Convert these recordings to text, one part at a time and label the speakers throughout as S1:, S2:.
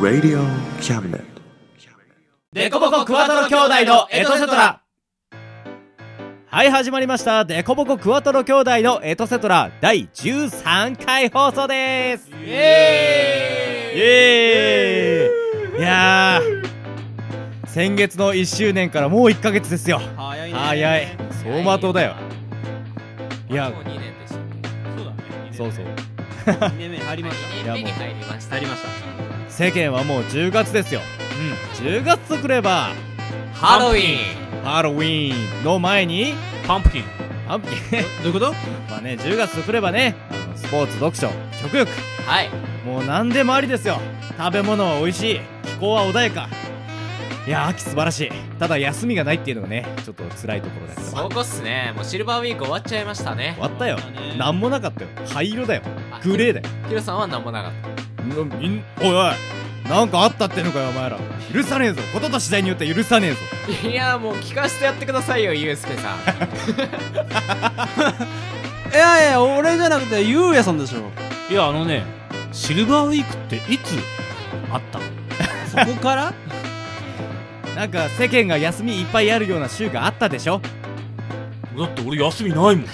S1: Radio Cabinet.
S2: デコボコクワトロ兄弟のエトセトラはい始まりましたデコボコクワトロ兄弟のエトセトラ第13回放送ですイエーイいやー先月の1周年からもう1ヶ月ですよ
S3: 早いね
S2: 早い走馬灯だよいや
S3: もう2年でしたね
S4: そうだね。
S2: そうそう
S4: 2年目入りました。
S3: 2年目に入りました
S4: 入りました。
S2: 世間はもう10月ですようん10月とくれば
S3: ハロウィン
S2: ハロウィーンの前に
S4: パンプキン。ど
S2: パンプキ ン
S4: ういうこと？
S2: まあね、10月とくればね、あのスポーツ、読書、食欲、
S3: はい
S2: もう何でもありですよ。食べ物は美味しい、気候は穏やか。いや、秋素晴らしい。ただ休みがないっていうのがね、ちょっと辛いところだけど。
S3: そこっすねもうシルバーウィーク終わっちゃいましたね
S2: 終わったよ
S4: そうだね。
S2: 何もなかったよ。灰色だよ。グレーだよ。
S3: ヒロさんは何もなかっ
S2: なみん、おいおい。なんかあったってのかよ、お前ら。許さねえぞ。ことと次第によって許さねえぞ。
S3: たいやもう聞かせてやってくださいよユうスケさん
S5: いやいや、俺じゃなくて、ゆうやさんでしょ。
S4: いやあのね、シルバーウィークっていつあったの？
S5: そこから
S2: なんか世間が休みいっぱいあるような週があったでしょ
S4: だって俺休みないもん。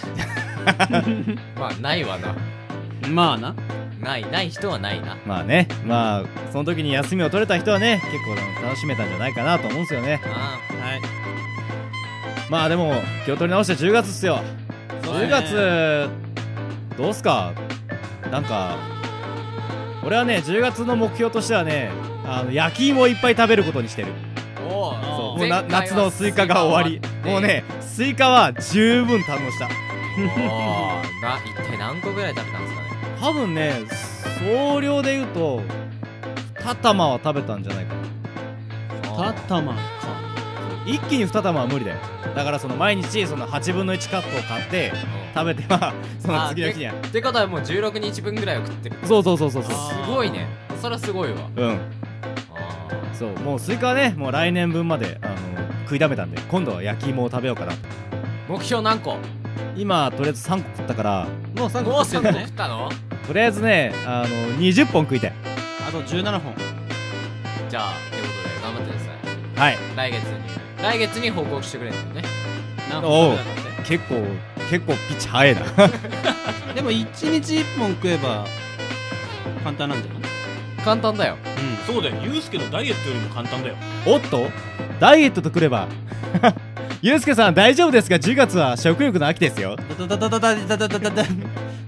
S3: まあないわな
S5: まあな。
S3: ないない人はないな
S2: まあね、まあ、その時に休みを取れた人はね、結構楽しめたんじゃないかなと思うんですよね。
S3: あ
S5: はい。
S2: まあでも気を取り直して10月っすよ
S5: そう
S2: 10
S5: ね
S2: 月どうすかなんか俺はね10月の目標としてはねあの焼き芋をいっぱい食べることにしてる
S3: ーおー
S2: そう
S3: そう
S2: もうな
S3: 前回は
S2: 夏のスイカが終わり
S3: スイカ終
S2: も
S3: わ
S2: う
S3: って
S2: ねスイカは十分堪能した
S3: おーな一体何個ぐらい食べたんですかね
S2: 多分ね総量で言うと2玉は食べたんじゃないかな
S5: たったまか。
S2: 一気に2玉は無理だよだからその毎日その8分の1カップを買って食べてはその次の日には
S3: べってことはもう16日分ぐらいを食ってる
S2: そうそうそうそうそう
S3: す
S5: あ
S3: ごいねそれはすごいわ
S2: うん
S3: あー
S2: そうもうスイカはねもう来年分まであの食いだめたんで今度は焼き芋を食べようかなと
S3: 目標何個
S2: 今とりあえず3個食ったから
S5: もう3
S3: ど
S5: 個
S3: うせ
S5: 食っ
S3: 食
S5: て
S3: っ
S5: んだね。
S3: たの
S2: とりあえずねあの20本食いたい
S5: あと17本。
S3: じゃあってことで頑張ってください
S2: はい
S3: 来月に来月に報告してくれるんだよね
S5: 何
S2: おう
S5: 本食べたかっ
S2: 結構結構ピッチ早いな
S5: てでも、1日1本食えば、簡単なんじゃない
S3: 簡単だよ
S4: そうだよ。ユうスケのダイエットよりも簡単だよ。
S2: おっとダイエットとくれば ゆうすけさん大丈夫ですか10月は食欲の秋ですよ
S5: うん。だだだだだだだだだだ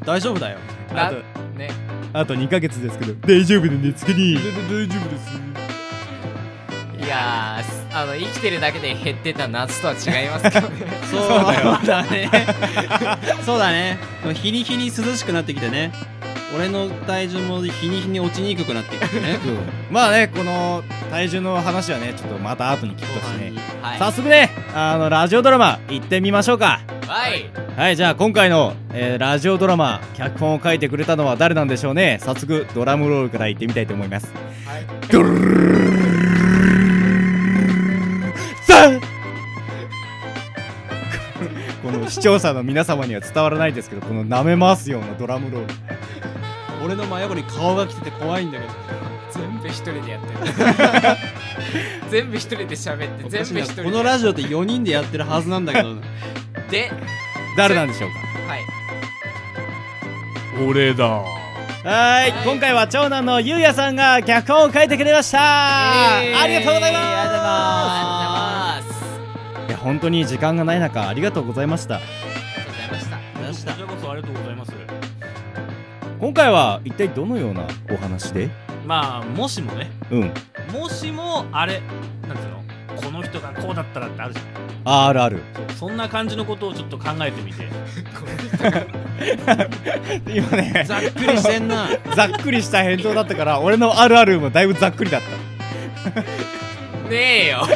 S5: 大丈夫だよ。
S2: あ
S3: だ
S2: と
S3: ね
S2: あと2ヶ月ですけど大丈夫なんですかね
S5: 大丈夫です。
S3: いやーすあの生きてるだけで減ってた夏とは違いますけ どね
S5: そうだね。 そうだね。でも日に日に涼しくなってきてね。俺の体重も日に日に落ちにくくなってきてね。
S2: まあねこの体重の話はねちょっとまた後に聞くとしてね
S3: はい
S2: 早速ねあのラジオドラマ行ってみましょうか
S3: はい
S2: はい、じゃあ今回の、えーラジオドラマ、脚本を書いてくれたのは誰なんでしょうね。早速、ドラムロールから行ってみたいと思います。ドルルルルルルルルルルルルルこの視聴者の皆様には伝わらないですけど、この舐め回すようなドラムロール。
S5: 俺の真横に顔が来てて怖いんだけど。
S3: 全部一人でやってる 全部一人で喋って全部一人で
S5: このラジオって4人でやってるはずなんだけど
S3: で
S2: 誰なんでしょうか
S3: はい
S4: 俺だ。
S2: はーい
S3: はい
S2: 今回は長男のゆうやさんが脚本を書いてくれました、
S3: えー
S2: ありがとうございます
S3: ありがとうございます
S2: いや、本当に時間がない中、ありがとうございました。
S3: ありがとうございました
S5: 出した
S4: こちらこそありがとうございます。
S2: 今回は一体どのようなお話で
S4: まあもしもね、
S2: うん
S4: もしもあれなんていうの、この人がこうだったらってあるじゃん。
S2: あるある
S4: そんな感じのことをちょっと考えてみて。
S2: 今ね
S5: ざっくりしてんな
S2: ざっくりした返答だったから俺のあるあるもだいぶざっくりだっ
S3: ねえよ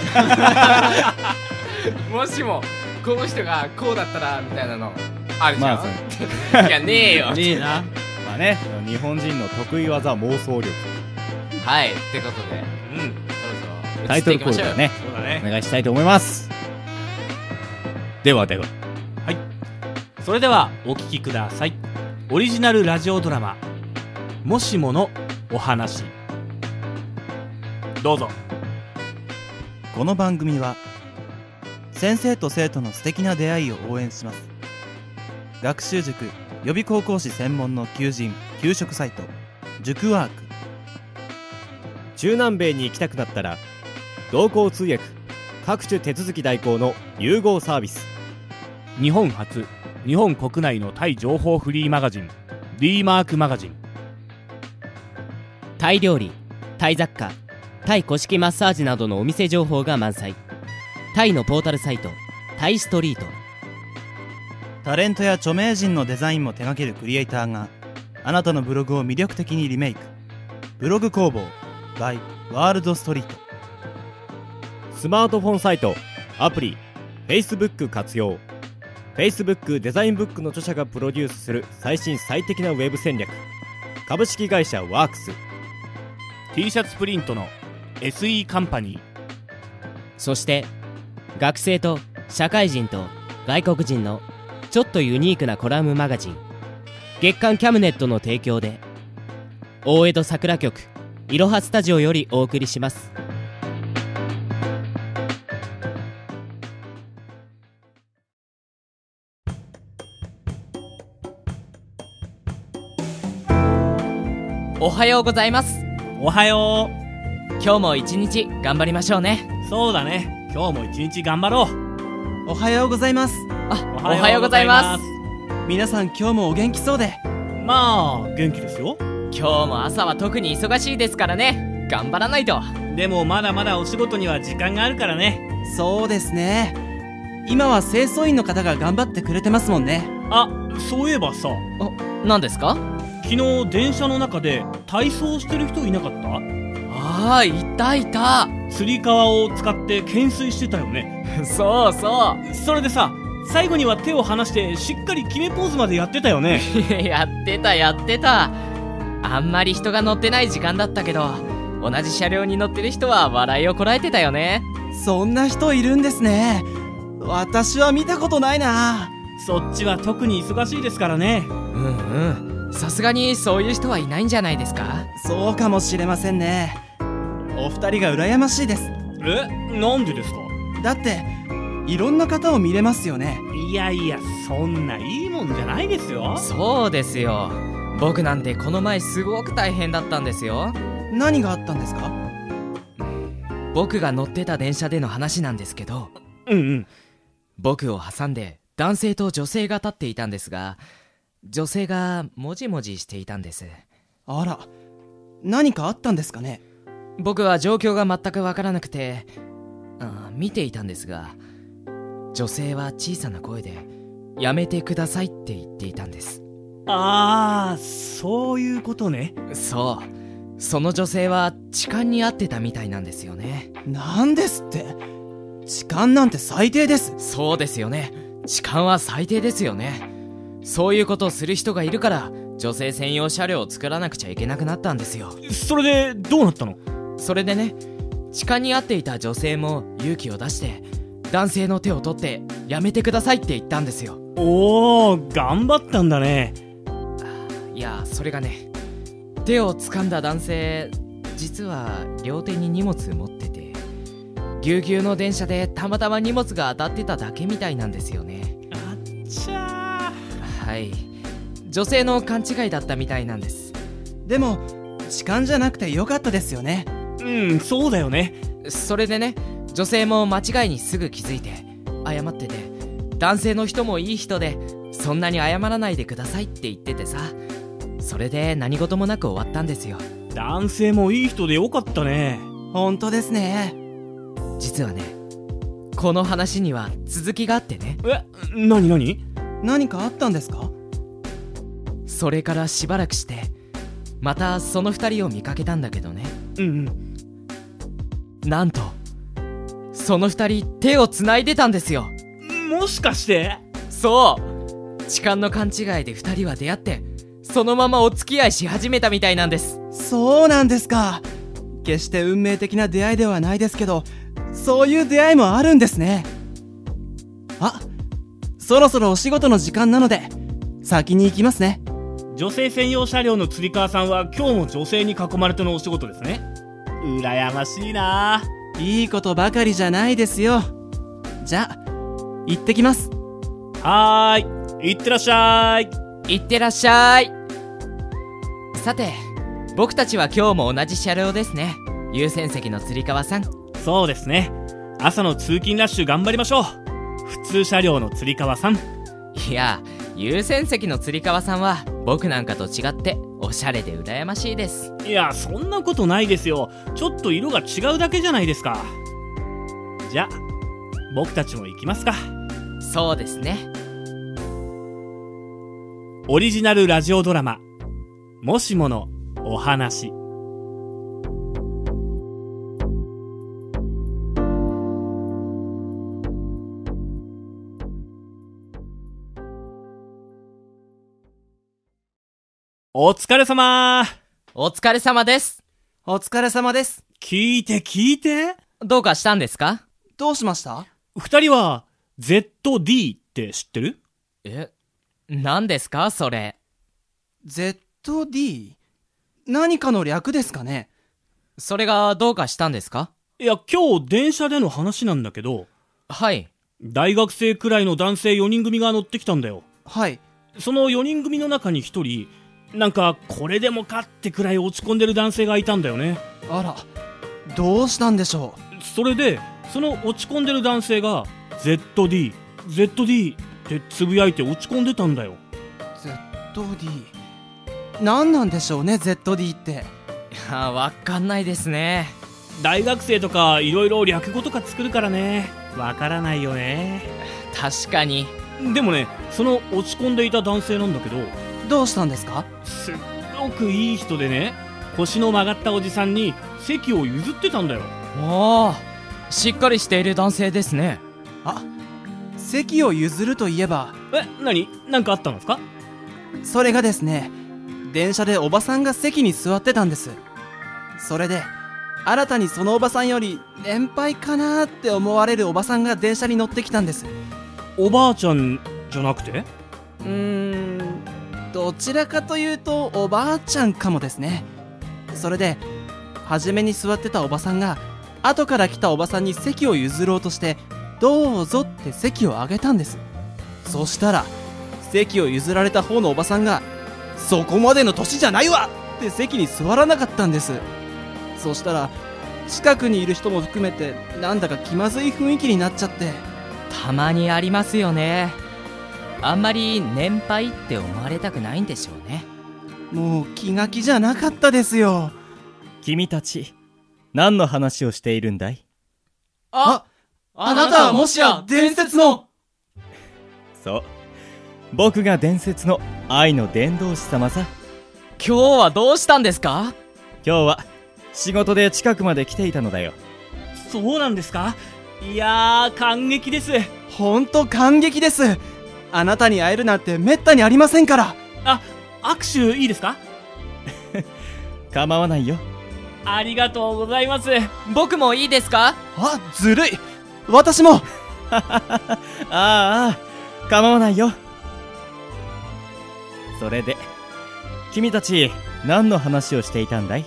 S3: もしもこの人がこうだったらみたいなのあるじゃん、
S2: ま
S3: いやねえよ
S5: ねえな
S2: たまあね日本人の得意技妄想力
S3: はいってことで
S4: うん。
S3: そろそろ
S2: タ
S3: 移
S2: イ
S3: って
S2: ト
S3: い
S2: ル
S3: き
S2: コ
S3: まし
S2: ール
S3: ょう
S2: だ
S3: よ
S2: ね
S4: そうだ
S2: お
S4: ね。
S2: 願いしたいと思いますではでは
S4: それではお聞きください。オリジナルラジオドラマもしものお話どうぞ
S5: この番組は先生と生徒の素敵な出会いを応援します学習塾予備高校士専門の求人・給食サイト塾ワーク
S2: 中南米に行きたくなったら同行通訳各種手続き代行の融合サービス
S4: 日本初日本国内のタイ情報フリーマガジン D マークマガジン
S6: タイ料理タイ雑貨タイ古式マッサージなどのお店情報が満載タイのポータルサイトタイストリート
S5: タレントや著名人のデザインも手掛けるクリエイターがあなたのブログを魅力的にリメイクブログ工房 by ワールドストリート
S2: スマートフォンサイトアプリ Facebook 活用 Facebook デザインブックの著者がプロデュースする最新最適なウェブ戦略株式会社ワークス
S4: T シャツプリントの SE カンパニー
S6: そして学生と社会人と外国人のちょっとユニークなコラムマガジン月刊キャムネットの提供で大江戸桜局いろはスタジオよりお送りします
S7: おはようございます
S4: おはよ
S7: 今日も一日頑張りましょうね
S4: うそうだね今日も一日頑張ろう
S5: おはようございます
S7: あおはようございます
S5: 皆さん今日もお元気そうで
S4: まあ元気ですよ
S7: 今日も朝は特に忙しいですからね頑張らないと
S4: でもまだまだお仕事には時間があるからね
S5: そうですね今は清掃員の方が頑張ってくれてますもんね
S4: あそういえばさ
S7: 何ですか
S4: 昨日電車の中で体操してる人いなかった
S7: ああいたいた
S4: つり革を使って懸垂してたよね
S7: そうそ
S4: それでさ最後には手を離してしっかり決めポーズまでやってたよね
S7: う やってたやってたあんまり人が乗ってない時間だったけど同じ車両に乗ってる人は笑いをこらえてたよね
S5: そんな人いるんですね私は見たことないな
S4: そっちは特に忙しいですからね
S7: うんうんさすがにそういう人はいないんじゃないですか
S5: そうかもしれませんねお二人が羨ましいです
S4: えなんでですか
S5: だっていろんな方を見れますよね
S4: いやいやそんないいもんじゃないですよ
S7: そうですよ僕なんてこの前すごく大変だったんですよ
S5: 何があったんですか
S7: 僕が乗ってた電車での話なんですけど
S4: うんうん
S7: 僕を挟んで男性と女性が立っていたんですが女性がもじもじしていたんです
S5: あら何かあったんですかね
S7: 僕は状況が全くわからなくてあ見ていたんですが女性は小さな声で「やめてください」って言っていたんです
S4: ああそういうことね
S7: そうその女性は痴漢に遭ってたみたいなんですよね
S5: なんですって痴漢なんて最低です
S7: そうですよね痴漢は最低ですよねそういうことをする人がいるから女性専用車両を作らなくちゃいけなくなったんですよ
S4: それでどうなったの
S7: それでね痴漢に遭っていた女性も勇気を出して男性の手を取ってやめてくださいって言ったんですよ
S4: おお頑張ったんだね
S7: いやそれがね手を掴んだ男性実は両手に荷物持っててぎゅうぎゅうの電車でたまたま荷物が当たってただけみたいなんですよね
S4: あっちゃ
S7: はい女性の勘違いだったみたいなんです
S5: でも痴漢じゃなくてよかったですよね
S4: ーうんそうだよね
S7: それでね女性も間違いにすぐ気づいて謝ってて男性の人もいい人でそんなに謝らないでくださいって言っててさそれで何事もなく終わったんですよ
S4: 男性もいい人でよかったね
S5: 本当ですね
S7: 実はねこの話には続きがあってね
S4: え何何
S5: 何かあったんですか
S7: それからしばらくしてまたその2人を見かけたんだけどね
S4: うんうん
S7: なんとその2人手をつないでたんですよ
S4: もしかして
S7: そう痴漢の勘違いで2人は出会ってそのままお付き合いし始めたみたいなんです
S5: そうなんですか決して運命的な出会いではないですけどそういう出会いもあるんですねあそろそろお仕事の時間なので先に行きますね
S4: 女性専用車両のつり革さんは今日も女性に囲まれてのお仕事ですね羨ましいない
S5: いことばかりじゃないですよじゃあ行ってきます
S4: はーいいってらっしゃい
S7: いってらっしゃいさて僕たちは今日も同じ車両ですね優先席のつり革さん
S4: そうですね朝の通勤ラッシュ頑張りましょう普通車両のつり革さん
S7: いや優先席のつり革さんは僕なんかと違っておしゃれで羨ましいです
S4: いやそんなことないですよちょっと色が違うだけじゃないですかじゃあ僕たちも行きますか
S7: そうですね
S4: オリジナルラジオドラマ「もしものお話」お疲れ様
S7: お疲れ様です
S5: お疲れ様です
S4: 聞いて聞いて
S7: どうかしたんですか
S5: どうしました
S4: 二人は ZD って知ってる
S7: え何ですかそれ
S5: ZD 何かの略ですかね
S7: それがどうかしたんですか
S4: いや今日電車での話なんだけど
S7: はい
S4: 大学生くらいの男性4人組が乗ってきたんだよ
S5: はい
S4: その4人組の中に1人なんかこれでもかってくらい落ち込んでる男性がいたんだよね
S5: あらどうしたんでしょ
S4: それでその落ち込んでる男性が ZDZD ZD ってつぶやいて落ち込んでたんだよ
S5: う ZD 何なんでしょうね ZD って
S7: いやわかんないですね
S4: 大学生とかいろいろ略語とか作るからねわからないよね
S7: 確かに
S4: でもねその落ち込んでいた男性なんだけど
S5: どうしたんですか
S4: すっごくいい人でね腰の曲がったおじさんに席を譲ってたんだよ
S7: おーしっかりしている男性ですね
S5: 席を譲るといえば
S4: え何何かあったんですか
S5: それがですね電車でおばさんが席に座ってたんですそれで新たにそのおばさんより年配かなーって思われるおばさんが電車に乗ってきたんです
S4: おばあちゃんじゃなくて
S5: うーんどちらかというとおばあちゃんかもですねそれで初めに座ってたおばさんが後から来たおばさんに席を譲ろうとして「どうぞ」って席をあげたんですそしたら席を譲られた方のおばさんが「そこまでの年じゃないわ!」って席に座らなかったんですそしたら近くにいる人も含めてなんだか気まずい雰囲気になっちゃって
S7: たまにありますよねあんまり年配って思われたくないんでしょうね
S5: もう気が気じゃなかったですよ
S2: 君たち、何の話をしているんだい
S5: ああなたはもしや伝説の
S2: そう。僕が伝説の愛の伝道師様さ。
S7: 今日はどうしたんですか
S2: 今日は仕事で近くまで来ていたのだよ。
S4: そうなんですかいやー感激です
S5: ほんと感激ですあなたに会えるなんてめったにありませんから
S4: 握手いいですか
S2: 構わないよ。
S4: ありがとうございます
S7: 僕もいいですか
S5: あずるい私 も
S2: ああああ、構わないよ。それで、君たち、何の話をしていたんだい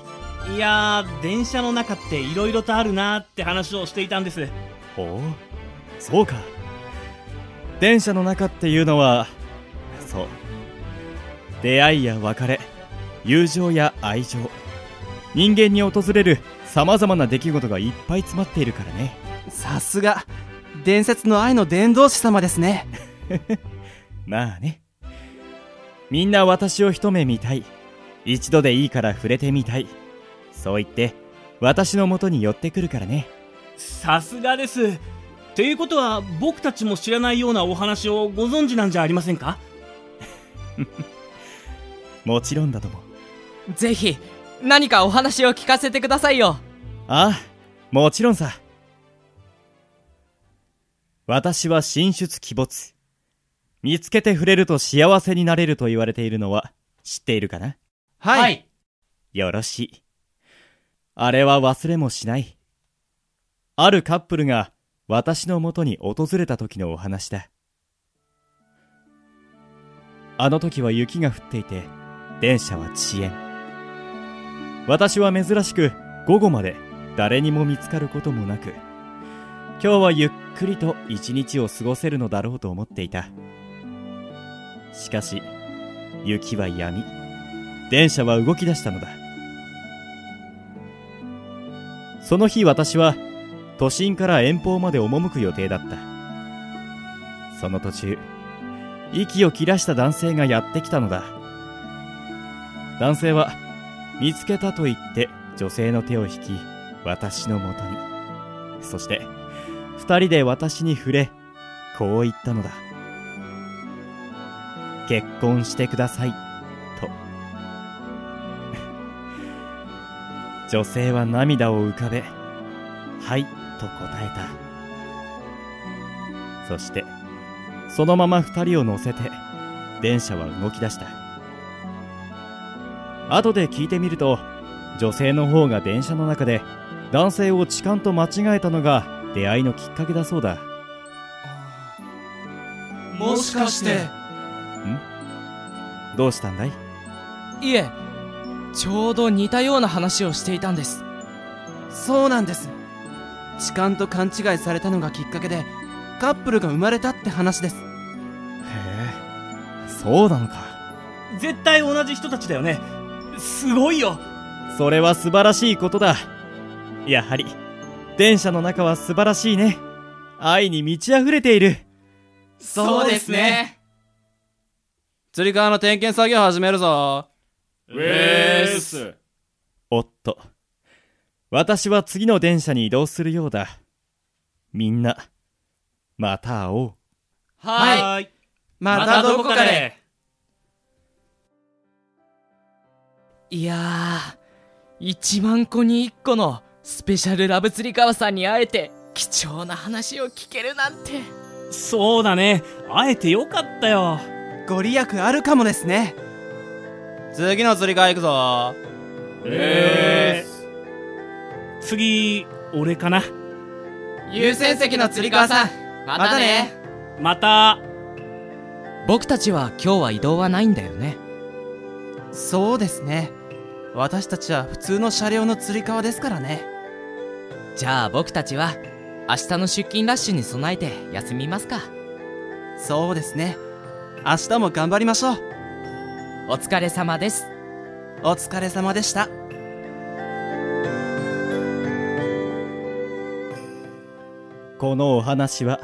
S4: いやー電車の中っていろいろとあるなーって話をしていたんです
S2: ほう、そうか。電車の中っていうのは、そう。出会いや別れ、友情や愛情、人間に訪れる様々な出来事がいっぱい詰まっているからね。
S5: さすが伝説の愛の伝道師様ですね
S2: まあね。みんな私を一目見たい。一度でいいから触れてみたい。そう言って、私の元に寄ってくるからね。
S4: さすがですっていうことは僕たちも知らないようなお話をご存知なんじゃありませんか
S2: もちろんだとも。
S7: ぜひ何かお話を聞かせてくださいよ
S2: ああ、もちろんさ。私は神出鬼没。見つけて触れると幸せになれると言われているのは知っているかな
S5: はい、
S2: よろしい。あれは忘れもしない。あるカップルが私の元に訪れた時のお話だ。あの時は雪が降っていて、電車は遅延私は珍しく午後まで誰にも見つかることもなく今日はゆっくりと一日を過ごせるのだろうと思っていたしかし雪はやみ電車は動き出したのだその日私は都心から遠方まで赴く予定だったその途中息を切らした男性がやってきたのだ男性は見つけたと言って女性の手を引き私のもとにそして二人で私に触れこう言ったのだ結婚してくださいと 女性は涙を浮かべはいと答えたそしてそのまま二人を乗せて電車は動き出した後で聞いてみると女性の方が電車の中で男性を痴漢と間違えたのが出会いのきっかけだそうだ
S3: もしかして
S2: どうしたんだい
S3: いえちょうど似たような話をしていたんです
S7: そうなんです痴漢と勘違いされたのがきっかけでカップルが生まれたって話です
S2: へえそうなのか
S8: 絶対同じ人たちだよねすごいよ
S2: それは素晴らしいことだやはり電車の中は素晴らしいね愛に満ち溢れている
S7: そうですね
S5: つり革の点検作業始めるぞ
S4: ウェース
S2: おっと私は次の電車に移動するようだみんなまた会おう
S7: はい
S8: い
S7: またどこかで
S3: いやー1万個に1個のスペシャルラブ釣り川さんに会えて貴重な話を聞けるなんて
S8: そうだね会えてよかったよ
S7: ご利益あるかもですね
S5: 次のつり革行くぞ
S4: ウェース
S8: 次俺かな
S7: 優先席の釣り川さんまたね
S8: また
S3: 僕たちは今日は移動はないんだよね
S7: そうですね私たちは普通の車両の釣り革ですからね
S3: じゃあ僕たちは明日の出勤ラッシュに備えて休みますか
S7: そうですね明日も頑張りましょう
S3: お疲れ様です
S7: お疲れ様でした
S2: このお話は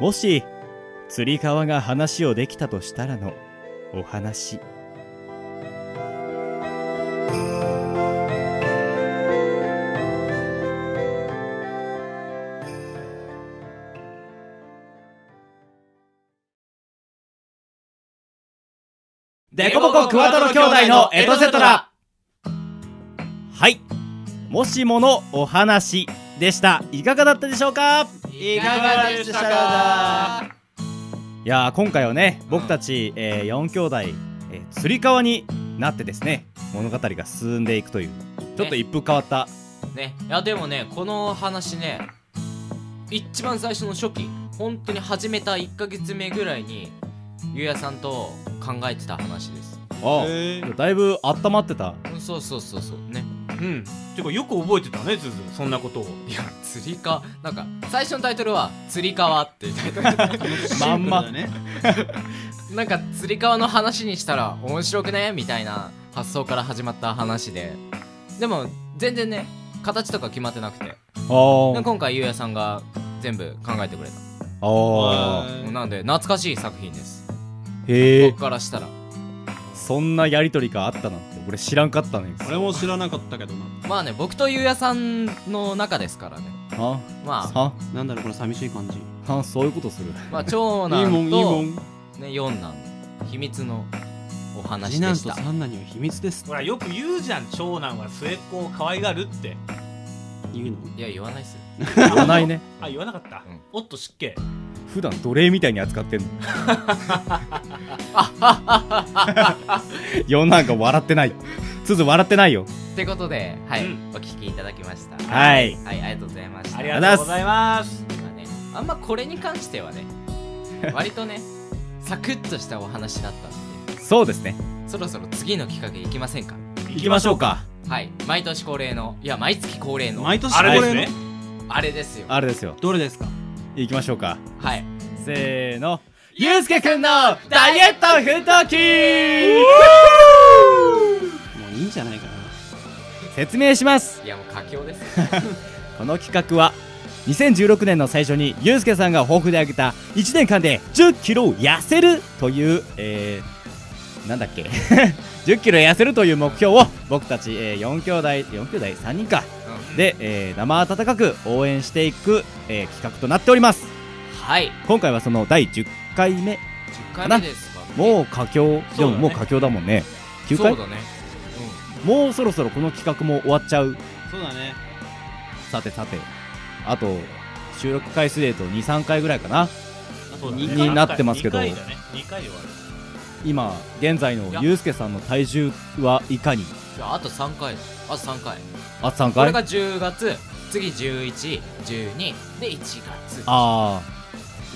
S2: もし釣り革が話をできたとしたらのお話
S9: デコボコクワトロ兄弟のエトセトラ
S2: はいもしものお話でしたいかがだったでしょうか
S5: いかがでしたか
S2: いやー今回はね僕たち、えー、4兄弟、えー、釣り革になってですね物語が進んでいくというちょっと一風変わった、
S3: ねいやでもねこの話ね一番最初の初期本当に始めた1ヶ月目ぐらいにゆうやさんと考えてた話です
S2: ああだいぶ温まってた
S3: うんそうそうそうそうね
S4: うんてかよく覚えてたねズズそんなことを
S3: いや釣りかなんか最初のタイトルは「釣り革」っていうタイトル
S2: まんま
S5: シンプルだね
S3: なんか釣り革の話にしたら面白くねみたいな発想から始まった話ででも全然ね形とか決まってなくてで
S2: あ
S3: 今回ゆうやさんが全部考えてくれた
S2: あ
S5: はい
S3: なんで懐かしい作品です
S2: へえ
S3: 僕からしたら
S2: そんなやりとりがあったなんて俺知らんかったね
S5: 俺も知らなかったけどな
S3: まあね僕とゆうやさんの中ですからね
S2: は
S3: まあ
S2: は
S5: なんだろうこの寂しい感じい
S2: はそういうことする
S3: まあ長
S5: いもんい
S3: 男
S5: いも
S3: と
S5: ん
S3: ね四男秘密のお話
S5: 次
S3: で
S5: 男
S3: し
S5: と
S3: た
S5: 三男には秘密です
S4: ほらよく言うじゃん長男は末っ子を可愛がるって
S5: 言うの
S3: いや言わないっすよ
S4: 言
S2: 言わないね
S4: あ言わなかった、
S3: うん
S4: おっと失敬
S2: 普段奴隷みたいに扱ってん の世の中笑ってないすず笑ってないよ
S3: ってことで、はい、
S4: うん
S3: お聞きいただきました。
S2: はい
S3: はい、ありがとうございました。
S4: ありがとうございます
S3: まあね、あんまこれに関 してはね、割とね、サクッとしたお話だったんで、
S2: そうですね
S3: そろそろ次の企画行きませんか
S2: 行きましょうか
S3: はい毎年恒例のいや毎月恒例の
S2: 毎年恒例のあれですね
S3: あれですよ
S2: あれですよ
S5: どれですか
S2: 行きましょうか
S3: はい
S2: せーのゆうすけくんのダイエット奮闘記
S5: もういいんじゃないかな
S2: 説明します
S3: いやもう佳境です
S2: この企画は2016年の最初にゆうすけさんが抱負で挙げた1年間で1 0キロ痩せるという、えーなんだっけ1 0キロ痩せるという目標を僕たち、え4兄弟4兄弟3人か、で、えー生温かく応援していく、えー企画となっております
S3: はい
S2: 今回はその第10回目
S3: 10
S2: か
S3: 回
S2: な
S3: 目ですか
S2: もう佳境で
S3: そうだね
S2: ももう佳境だもんね9
S3: そ
S2: 回
S3: うだね
S2: もうそろそろこの企画も終わっちゃう
S5: そうだね
S2: さてさてあと収録回数で言うと23回ぐらいかな
S4: そうだね
S2: になってますけど
S4: 二回だね二回終わる
S2: 今現在のゆうすけさんの体重はいかに
S3: いやあと3回だあと3回
S2: あと3
S3: これ
S2: 回
S3: が10月次1112で1月
S2: あ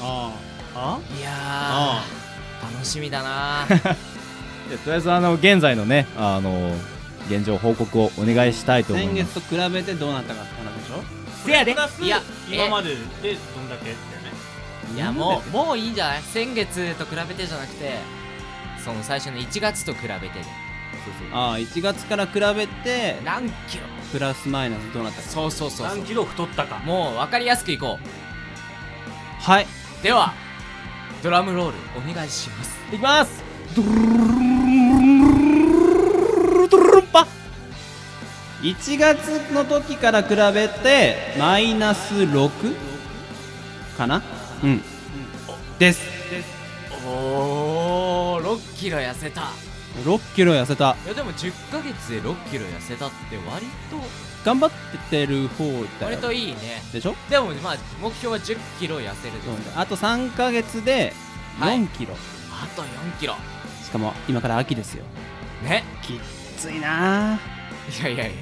S5: あ
S3: あいやー楽しみだ な
S2: ーでとりあえずあの現在のねあの現状報告をお願いしたいと思い
S5: 先
S2: ます
S5: 月と比べてどうなったかって話でしょ
S3: せやで
S4: いや今まででどんだけだよね
S3: いやもうもういいんじゃない先月と比べてじゃなくてその最初の1月と比べてで
S5: ああ1月から比べて
S3: 何キロ
S5: プラスマイナスどうなったか
S3: そうそうそうそう
S4: 何キロ太ったか
S3: もう分かりやすくいこう
S5: はい
S3: ではドラムロールお願いします
S2: いきます
S5: 1月の時から比べてマイナス6かなうんです
S3: おお6キロ痩せた
S5: 6キロ痩せた
S3: いやでも10ヶ月で6キロ痩せたって割
S5: 頑張ってる方
S3: と
S5: だ
S3: 割
S5: よ
S3: といいね
S5: でしょ
S3: でもまあ目標は10キロ痩せるです
S5: そう
S3: から
S5: あと3ヶ月で4キロ、
S3: あと4キロ
S5: しかも今から秋ですよ
S3: ね
S5: きついなあ
S3: いやいやいやや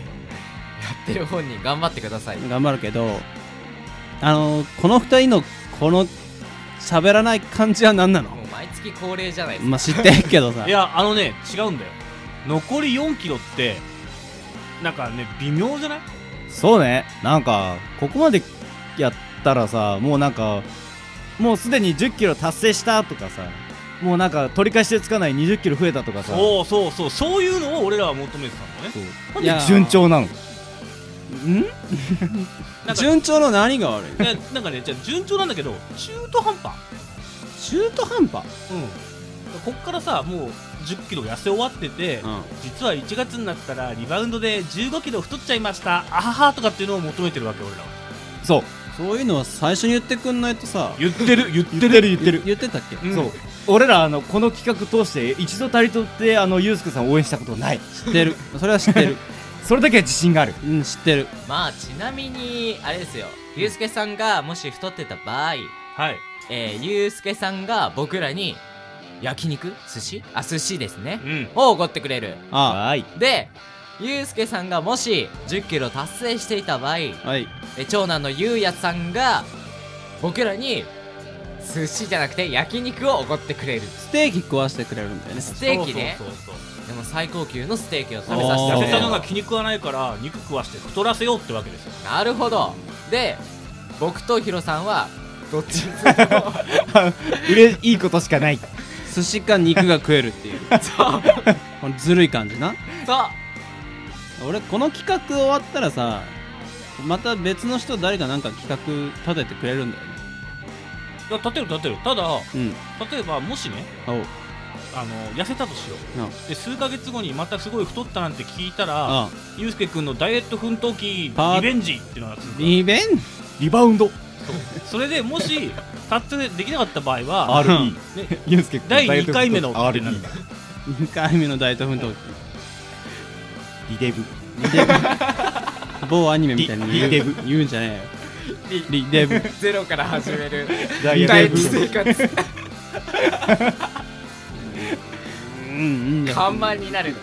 S3: ってる本人頑張ってください
S5: 頑張るけどあのーこの2人のこの喋らない感じは何なの
S3: もう毎月恒例じゃないですか
S5: まあ知ってるけどさ
S4: いやあのね違うんだよ残り4キロってなんかね微妙じゃない
S2: そうねなんかここまでやったらさもうなんかもうすでに1 0キロ達成したとかさもうなんか取り返しつかない2 0キロ増えたとかさ
S4: そうそうそうそういうのを俺らは求めてたんだね
S2: なんで順調なの
S4: なんか
S5: 順調の何が悪い
S4: いやなんかねじゃあ順調なんだけど中途半端
S5: 中途半端
S4: うんこっからさもう1 0キロ痩せ終わってて、
S5: ん
S4: 実は1月になったらリバウンドで1 5キロ太っちゃいましたあははとかっていうのを求めてるわけ俺らは
S2: そう
S5: そういうのは最初に言ってくんないとさ
S4: 言ってる言って
S2: 言ってる言ってる
S5: 言ってたっけ
S2: そう俺らあのこの企画通して一度たりとってあのゆうすけさんを応援したことない
S5: 知ってるそれは知ってる
S2: それだけは自信がある
S5: うん知ってる
S3: まあちなみにあれですよゆうすけさんがもし太ってた場合
S4: はい
S3: えー、ゆうすけさんが僕らに焼肉寿司あ寿司ですね
S4: うん
S3: をおごってくれる
S5: あ
S2: はい
S3: でゆうすけさんがもし1 0キロ達成していた場合え
S5: あはい
S3: 長男のゆうやさんが僕らに寿司じゃなくて焼肉をおごってくれる
S5: ステーキ食わしてくれるんだよね
S3: ステーキね
S4: そうそうそう
S3: でも最高級のステーキを食べさせてく
S4: 痩せ
S3: れ
S4: た
S3: る
S4: のが気に食わないから肉食わして太らせようってわけですよ
S3: なるほどで僕とヒロさんはどっちに
S2: うれいいことしかない
S5: 寿司か肉が食えるっていうこのずるい感じな
S3: と
S5: 俺この企画終わったらさまた別の人誰かなんか企画立ててくれるんだよね
S4: いや立てる立てるただ
S5: うん
S4: 例えばもしね
S5: おう
S4: あの痩せたとしよう、
S5: うん
S4: で数ヶ月後にまたすごい太ったなんて聞いたら、
S5: あ
S4: ゆうすけくんのダイエット奮闘記
S5: パー
S4: リベンジっていうのが続く
S5: リベン
S2: リバウンド
S4: それでもし達成できなかった場合は
S2: RE
S4: ね
S2: ゆうすけ
S4: 第2回目の
S2: RE
S4: なんだ
S5: 2回目の大東奮闘
S2: リデブ
S5: 某アニメみたいに言う
S2: リリデブ
S5: 言うんじゃねえよリデブ
S3: ゼロから始める
S2: ダイエ
S3: 大
S2: ッ
S3: 気生 活
S5: うんうん
S3: 看板になる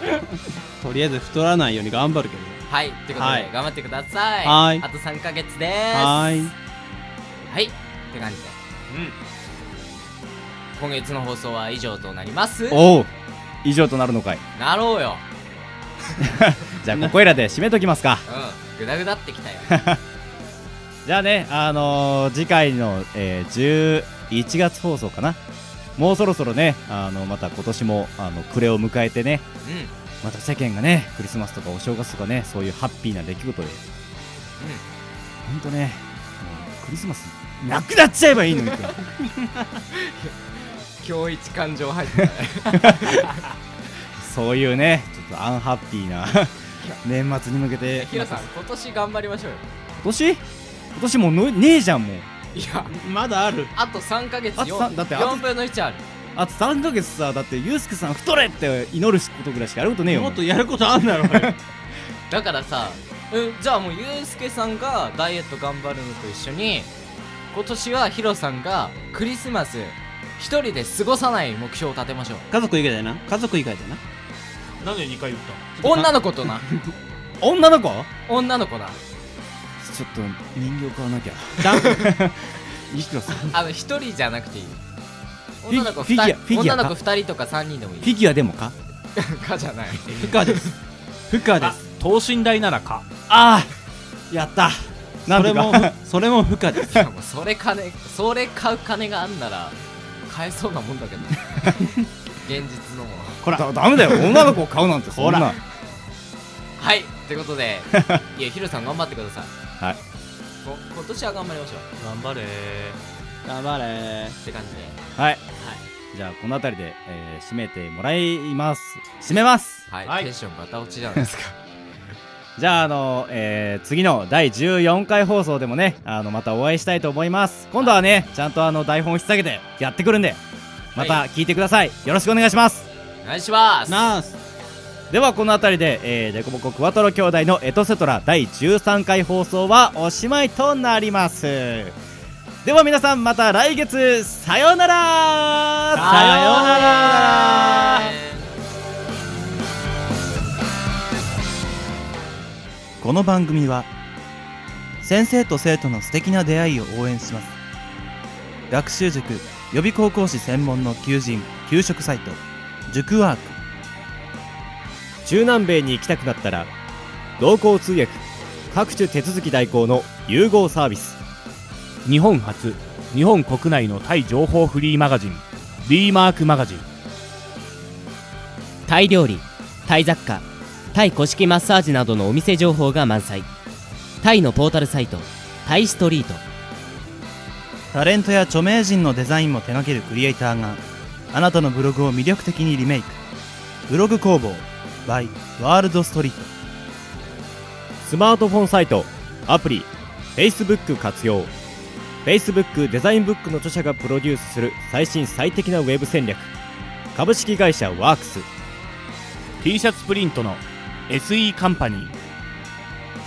S5: とりあえず太らないように頑張るけど
S3: はい、ということで、
S5: はい
S3: 頑張ってください。
S5: はい
S3: あと3ヶ月です。
S5: はーい
S3: はい、って感じで。今月の放送は以上となります。
S2: おお以上となるのかい
S3: なろうよ
S2: じゃあここいらで締めときますか
S3: うんグダグダってき たよ
S2: じゃあねあのー次回の、えー11月放送かなもうそろそろねあのまた今年もあの暮れを迎えてね
S3: うん
S2: また世間がねクリスマスとかお正月とかねそういうハッピーな出来事でほんとねもうクリスマスなくなっちゃえばいいのにって
S3: 今日一感情入 って
S2: そういうねちょっとアンハッピーな 年末に向けて
S3: ヒロさん今年頑張りましょうよ
S2: 今年今年もうのねえじゃんもう
S3: いや
S2: まだある
S3: あと3ヶ月
S2: あと
S3: よ
S2: さんだってあと
S3: 4分の1ある
S2: あと3ヶ月さだってユースケさん太れって祈ることぐらいしかやることねえよ
S3: もっと
S2: やることあんだろ
S3: だからさうんじゃあもうユースケさんがダイエット頑張るのと一緒に今年はヒロさんがクリスマス一人で過ごさない目標を立てましょう
S5: 家族以外だよな家族以外だよな
S10: なんで2回言っ
S3: 女の子とな
S2: 女の子
S3: 女の子だ
S2: ちょっと人形買わなきゃ 西野さん
S3: あの一人じゃなくていい
S2: フィギュ
S3: 女の子二
S2: フィギュ
S3: 人
S2: ア
S3: 女の子二人とか三人でもい
S2: フ
S3: い
S2: ィギュアでもか
S3: かじゃ ない
S5: 不可です不可です
S10: 等身大ならか
S2: ああやった
S5: それも それも不可です
S3: もうそれ金それ買う金があんなら買えそうなもんだ けど現実のもの
S2: ほらダメだよ女の子を買うなんてそんな
S3: ほらはいってこと でいやヒロさん頑張ってください
S2: はい
S3: こ今年は頑張りましょう
S10: 頑張れ
S5: 頑張れ
S3: って感じで
S2: はい、じゃあこの辺りで、えー締めてもらいます締めます
S3: はい、テンションガタ落ちじゃないですか
S2: じゃああの、えー次の第14回放送でもねあのまたお会いしたいと思います今度はねちゃんとあの台本を引っ提げてやってくるんでまた聞いてください、よろしくお願いします
S3: お願いします
S2: ではこの辺りで、えー、デコボコクワトロ兄弟のエトセトラ第13回放送はおしまいとなりますでは皆さんまた来月さようならさようなら
S11: この番組は先生と生徒の素敵な出会いを応援します学習塾予備高校士専門の求人・給食サイト塾ワーク
S12: 中南米に行きたくなったら同行通訳各種手続き代行の融合サービス
S4: 日本初日本国内のタイ情報フリーマガジン D マークマガジン
S7: タイ料理タイ雑貨タイ古式マッサージなどのお店情報が満載タイのポータルサイトタイストリート
S11: タレントや著名人のデザインも手掛けるクリエイターがあなたのブログを魅力的にリメイクブログ工房 by ワールドストリート
S12: スマートフォンサイトアプリ Facebook 活用 Facebook デザインブックの著者がプロデュースする最新最適なウェブ戦略株式会社ワークス
S4: T シャツプリントの SE カンパニー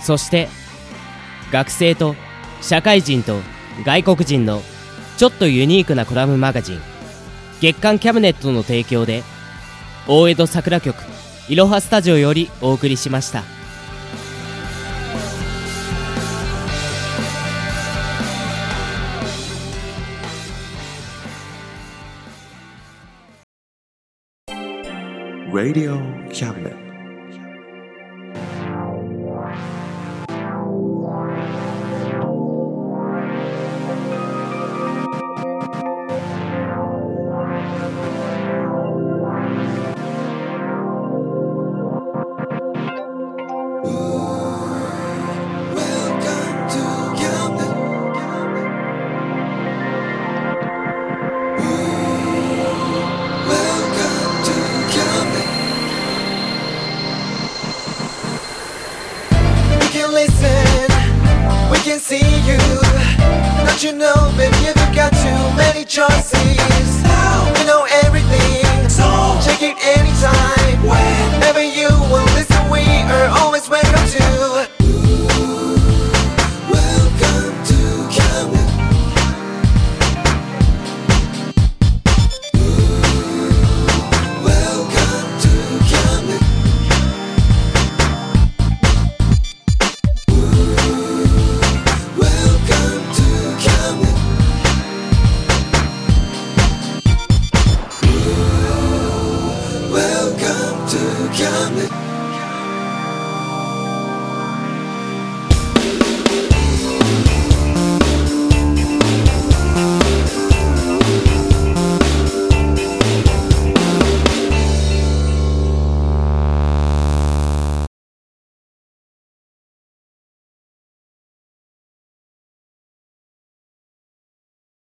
S7: そして学生と社会人と外国人のちょっとユニークなコラムマガジン月刊キャブネットの提供で大江戸桜局いろはスタジオよりお送りしました。
S1: Radio Cabinet.
S13: We can listen, we can see you. Don't you know, baby, you've got too many choices.